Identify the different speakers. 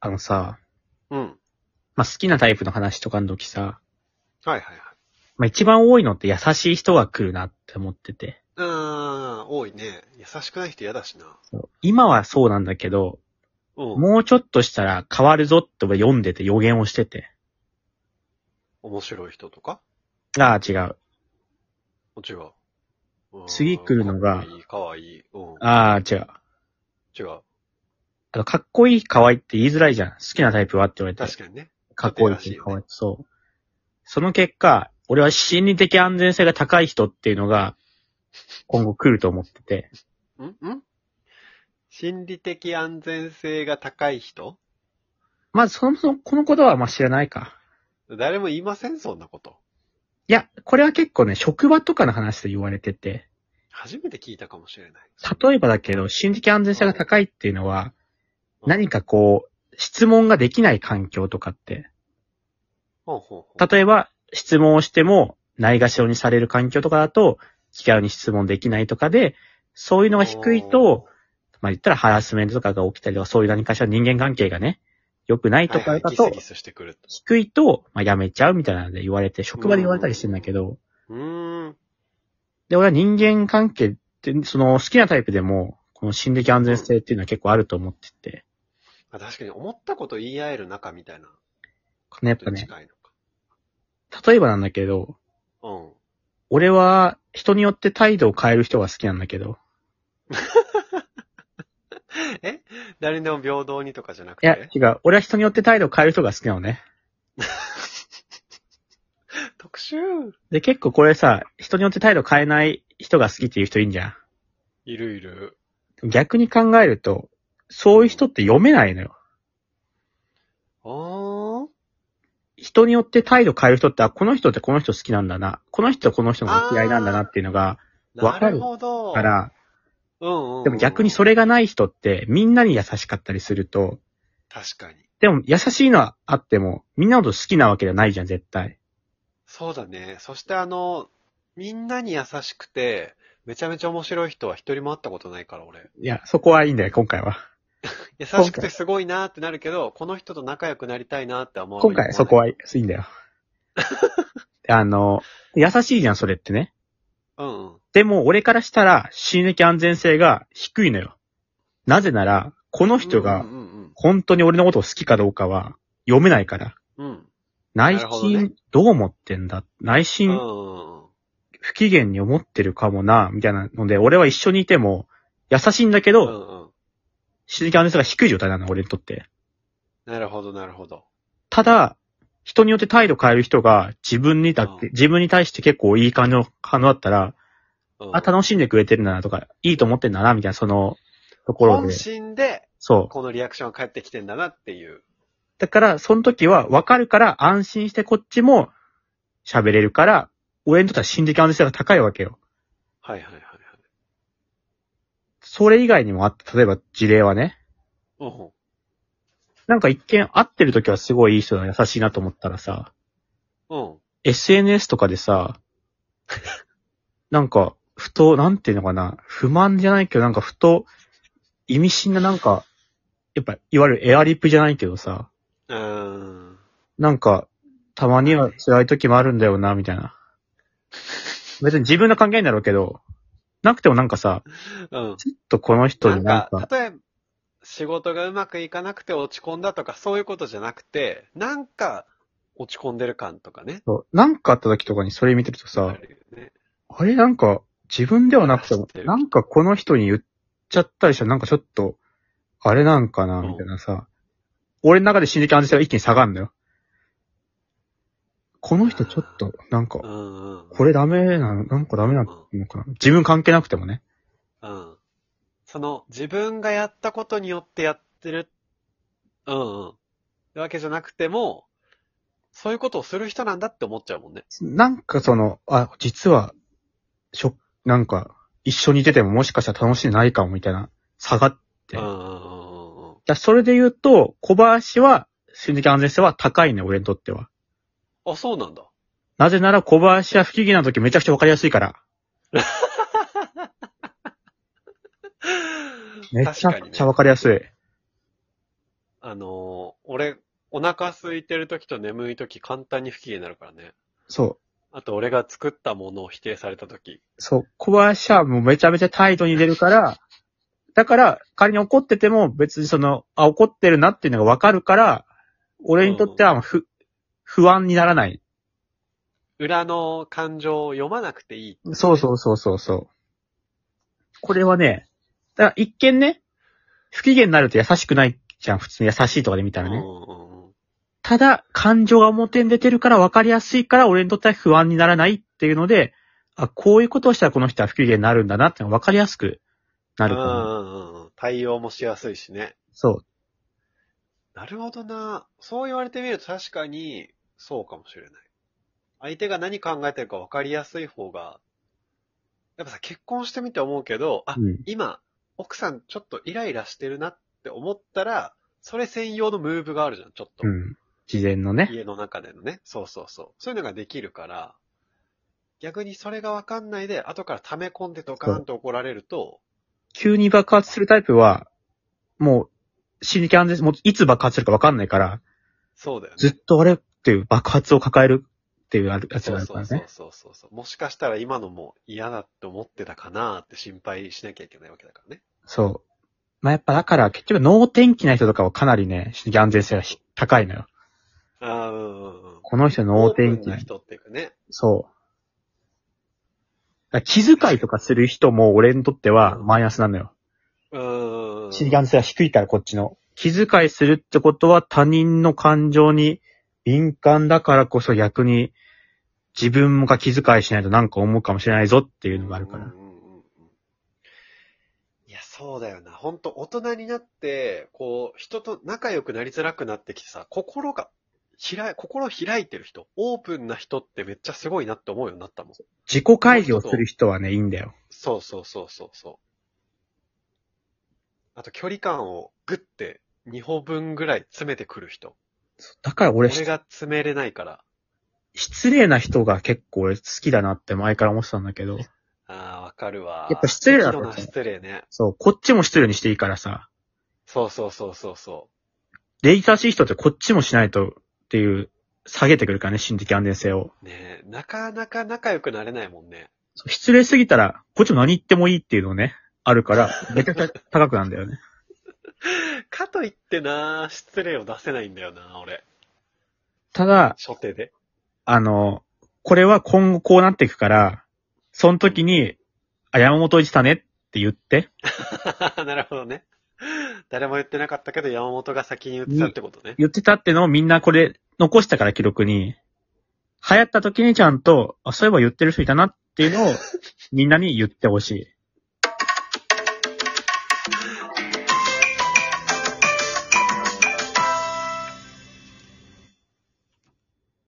Speaker 1: あのさ、
Speaker 2: うん。
Speaker 1: まあ、好きなタイプの話とかの時さ、
Speaker 2: はいはいはい。
Speaker 1: まあ、一番多いのって優しい人が来るなって思ってて。
Speaker 2: うーん、多いね。優しくない人嫌だしな。
Speaker 1: 今はそうなんだけど、
Speaker 2: うん。
Speaker 1: もうちょっとしたら変わるぞって俺読んでて予言をしてて。
Speaker 2: 面白い人とか
Speaker 1: ああ、違う。
Speaker 2: もちろん。
Speaker 1: 次来るのが
Speaker 2: かわいい、かわいい。うん。
Speaker 1: ああ、違う。
Speaker 2: 違う。
Speaker 1: あの、かっこいい、可愛いって言いづらいじゃん。好きなタイプはって言われて。
Speaker 2: 確かにね。
Speaker 1: かっこいいって可愛い。そう。その結果、俺は心理的安全性が高い人っていうのが、今後来ると思ってて。
Speaker 2: んん心理的安全性が高い人
Speaker 1: まず、そもそも、このことはまあ知らないか。
Speaker 2: 誰も言いません、そんなこと。
Speaker 1: いや、これは結構ね、職場とかの話で言われてて、
Speaker 2: 初めて聞いたかもしれない。
Speaker 1: 例えばだけど、心理的安全性が高いっていうのは、何かこう、質問ができない環境とかって、
Speaker 2: ほうほうほう。
Speaker 1: 例えば、質問をしても、ないがしろにされる環境とかだと、気軽に質問できないとかで、そういうのが低いと、まあ言ったらハラスメントとかが起きたりとか、そういう何かしら人間関係がね、良くな
Speaker 2: お
Speaker 1: い
Speaker 2: ー、
Speaker 1: と
Speaker 2: は
Speaker 1: か
Speaker 2: い
Speaker 1: だ
Speaker 2: はい、ギ
Speaker 1: と
Speaker 2: スギ、スしてくると。
Speaker 1: 低いと、まあやめちゃうみたいなので言われて、職場で言われたりしてんだけど、
Speaker 2: うーん。
Speaker 1: で、俺は人間関係って、その好きなタイプでも、この心理的安全性っていうのは結構あると思ってて、
Speaker 2: あ確かに思ったこと言い合える仲みたいな。
Speaker 1: このやっぱ
Speaker 2: 近
Speaker 1: ね
Speaker 2: い、のか。
Speaker 1: 例えばなんだけど、
Speaker 2: うん。
Speaker 1: 俺は人によって態度を変える人が好きなんだけど、
Speaker 2: え誰でも平等にとかじゃなく
Speaker 1: いや、違
Speaker 2: て
Speaker 1: う、俺は人によって態度を変える人が好きなのね。
Speaker 2: 特集
Speaker 1: で、結構これさ、人によって態度変えない人が好きっていう人いるんじゃ
Speaker 2: いるいる。
Speaker 1: ん。逆に考えると、そういう人って読めないのよ。
Speaker 2: あー
Speaker 1: 人によって態度変える人って、あ、この人ってこの人好きなんだな。この人はこの人の嫌いなんだなっていうのが、わ
Speaker 2: な
Speaker 1: かる
Speaker 2: るほど。
Speaker 1: か、ら、
Speaker 2: うんうん。
Speaker 1: でも逆にそ。れがない人って、みんなに優しかったりすると、
Speaker 2: 確かに。
Speaker 1: でも優しいのはあっても、みんなのこと好きなわけじゃないじゃん、絶対。
Speaker 2: そうだね。そしてあの、みんなに優しくて、めちゃめちゃ面白い人は一人も会ったことないから、俺。
Speaker 1: いや、そこはいいんだよ、今回は。
Speaker 2: 優しくてすごいなーってなるけど、この人と仲良くなりたいなーって思う。
Speaker 1: 今回、そこ。はいいんだよ。 あの、優しいじゃん、それってね。
Speaker 2: うんうん。
Speaker 1: でも、俺からしたら、心理的安全性が低いのよ。なぜなら、この人
Speaker 2: う
Speaker 1: が
Speaker 2: ん、うん
Speaker 1: 本当に俺のことを好きかどうかは、読めないから。
Speaker 2: うん。うん。
Speaker 1: 内
Speaker 2: なるほどね
Speaker 1: 心、どう思ってんだ内
Speaker 2: うんう
Speaker 1: 心、
Speaker 2: んうん。
Speaker 1: 不機嫌に思ってるかもな、みたいなので、俺は一緒にいても、優しいんだけ
Speaker 2: う
Speaker 1: ど、
Speaker 2: んうん。
Speaker 1: 心理的安全性が低い状態なの、俺にとって。
Speaker 2: なるほど、なるほど。
Speaker 1: ただ、人によって態度変える人が、自分にだって、
Speaker 2: うん
Speaker 1: 自分に対して結構いい感じの反応だったら、
Speaker 2: うん
Speaker 1: あ、楽しんでくれてるんだなとか、いいと思ってんだな、みたいな、その、ところ
Speaker 2: 本
Speaker 1: で。
Speaker 2: 心で、
Speaker 1: そう。
Speaker 2: このリアクションが返ってきてんだなっていう。
Speaker 1: だから、その時は、わかるから、安心してこっちも、喋れるから、俺にとっては心理的安全性が高いわけよ。
Speaker 2: はいはいはいはい。
Speaker 1: それ以外にもあった、例えば事例はね、
Speaker 2: うん。
Speaker 1: なんか一見会ってる時はすごいいい人だな、優しいなと思ったらさ、
Speaker 2: うん。
Speaker 1: SNS とかでさ、なんか、ふと、なんていうのかな、不満じゃないけど、なんかふと、意味深ななんか、やっぱ、いわゆるエアリップじゃないけどさ、
Speaker 2: うーん。
Speaker 1: なんか、たまには辛い時もあるんだよな、みたいな。別に自分の関係ないんだろうけど、なくてもなんかさ、
Speaker 2: うん。
Speaker 1: ちょっとこの人
Speaker 2: な
Speaker 1: に
Speaker 2: ん
Speaker 1: なん
Speaker 2: か、
Speaker 1: か、
Speaker 2: 例えば、仕事がうまくいかなくて落ち込んだとか、そういうことじゃなくて、なんか、落ち込んでる感とかね。
Speaker 1: そうなんかあった時とかにそれ見てると
Speaker 2: あ
Speaker 1: さ、
Speaker 2: るよね
Speaker 1: あれなんか、自分ではなくても
Speaker 2: 知って、る
Speaker 1: なんかこの人に言っちゃったりしたら、なんかちょっと、あれなんかな、
Speaker 2: うん
Speaker 1: みたいなさ。俺の中で心理的安全性が一気に下がるんだよ。この人ちょっと、なんか
Speaker 2: う、んうん。
Speaker 1: これダメなの、なんかダメなのかな。自分関係なくてもね。
Speaker 2: うん。その、自分がやったことによってやってる、うんうん。ってわけじゃなくても、そういうことをする人なんだって思っちゃうもんね。
Speaker 1: なんかその、あ、実は、しょ、なんか、一緒にいててももしかしたら楽しんでないかも、みたいな、下がっ
Speaker 2: う
Speaker 1: て。
Speaker 2: んう
Speaker 1: だか
Speaker 2: んうんうんうん。
Speaker 1: らそれで言うと、小林は、心理的安全性は高いね、俺にとっては。
Speaker 2: あ、そうなんだ。
Speaker 1: なぜなら小林は不機嫌な時めちゃくちゃわかりやすいから。めちゃ
Speaker 2: 確か
Speaker 1: く
Speaker 2: に
Speaker 1: ちゃ
Speaker 2: ね
Speaker 1: わかりやすい。
Speaker 2: あのー俺、お腹空いてる時と眠い時簡単に不機嫌になるからね。
Speaker 1: そう。
Speaker 2: あと俺が作ったものを否定された時。
Speaker 1: そう。小林はもうめちゃめちゃ態度に出るから、だから、仮に怒ってても別にその、あ、怒ってるなっていうのがわかるから、俺にとっては不、不安にならない。
Speaker 2: 裏の感情を読まなくていい。
Speaker 1: そうそうそうそうそう。これはね、だから一見ね、不機嫌になると優しくないじゃん、普通に優しいとかで見たら
Speaker 2: うん
Speaker 1: ね。
Speaker 2: うんうん
Speaker 1: ただ、感情が表に出てるから分かりやすいから、俺にとっては不安にならないっていうので、あ、こういうことをしたらこの人は不機嫌になるんだなっていうのが分かりやすくなるかな。
Speaker 2: うんうんうんうん対応もしやすいしね。
Speaker 1: そう。
Speaker 2: なるほどな。そう言われてみると確かに、そうかもしれない。相手が何考えてるか分かりやすい方が、やっぱさ、結婚してみて思うけど、あ、
Speaker 1: うん。
Speaker 2: 今、奥さんちょっとイライラしてるなって思ったら、それ専用のムーブがあるじゃん、ちょっと
Speaker 1: う。ん。事前のね。
Speaker 2: 家の中でのね。そうそうそう。そういうのができるから、逆にそれが分かんないで、後から溜め込んでドカーンと怒られると、
Speaker 1: 急に爆発するタイプは、もう、死にキャンです。もう、いつ爆発するか分かんないから、
Speaker 2: そうだよね。
Speaker 1: ずっとあれっていう爆発を抱えるっていうあるやつ
Speaker 2: そ
Speaker 1: があ
Speaker 2: う
Speaker 1: るか
Speaker 2: そ
Speaker 1: ら
Speaker 2: う
Speaker 1: ね。
Speaker 2: そうそうそうそう。もしかしたら今のも嫌だって思ってたかなって心配しなきゃいけないわけだからね。
Speaker 1: そう。まあ、やっぱだから、結局、脳天気な人とかはかなりね、死に安全性がひ高いのよ。
Speaker 2: ああ、うんうんうん。
Speaker 1: この人
Speaker 2: オ
Speaker 1: 脳
Speaker 2: ープ
Speaker 1: 天
Speaker 2: ン
Speaker 1: 気
Speaker 2: な
Speaker 1: な人。
Speaker 2: 人っていうかね。
Speaker 1: そう。だから気遣いとかする人も俺にとってはマイナスなのよ。
Speaker 2: うんうんうん。
Speaker 1: 死に安全性が低いから、こっちの。気遣いするってことは他人の感情に敏感だからこそ逆に自分が気遣いしないとなんか思うかもしれないぞっていうのがあるから
Speaker 2: うん。うんうんうんいや、そうだよな。本当大人になって、こう、人と仲良くなりづらくなってきてさ、心が、開い、心開いてる人、オープンな人ってめっちゃすごいなって思うようになったもん。
Speaker 1: 自己開示をする人はね、いいんだよ。
Speaker 2: そうそうそうそうそう。あと、距離感をグッて2歩分ぐらい詰めてくる人。
Speaker 1: だから俺、
Speaker 2: 俺が詰めれないから。
Speaker 1: 失礼な人が結構俺好きだなって前から思ってたんだけど、
Speaker 2: ああ、わかるわ。
Speaker 1: やっぱ失礼だ
Speaker 2: 人
Speaker 1: ろ
Speaker 2: な失礼ね。
Speaker 1: そう、こっちも失礼にしていいからさ。
Speaker 2: そうそうそうそうそ
Speaker 1: 礼儀正しい人ってこっちもしないとっていう、下げてくるからね、心的安全性を。
Speaker 2: う。ねえ、なかなか仲良くなれないもんね。
Speaker 1: そう失礼すぎたら、こっちも何言ってもいいっていうのね、あるから、めちゃくちゃ高くなんだよね。
Speaker 2: かといってな、失礼を出せないんだよな、俺。
Speaker 1: ただ、
Speaker 2: 初手で。
Speaker 1: あの、これは今後こうなっていくから、その時に、あ、山本一さんねって言って、
Speaker 2: なるほどね。誰も言ってなかったけど、山本が先に言ってたってことね。
Speaker 1: 言ってたってのをみんなこれ残したから記録に、流行った時にちゃんと、あ、そういえば言ってる人いたなっていうのを、みんなに言ってほしい。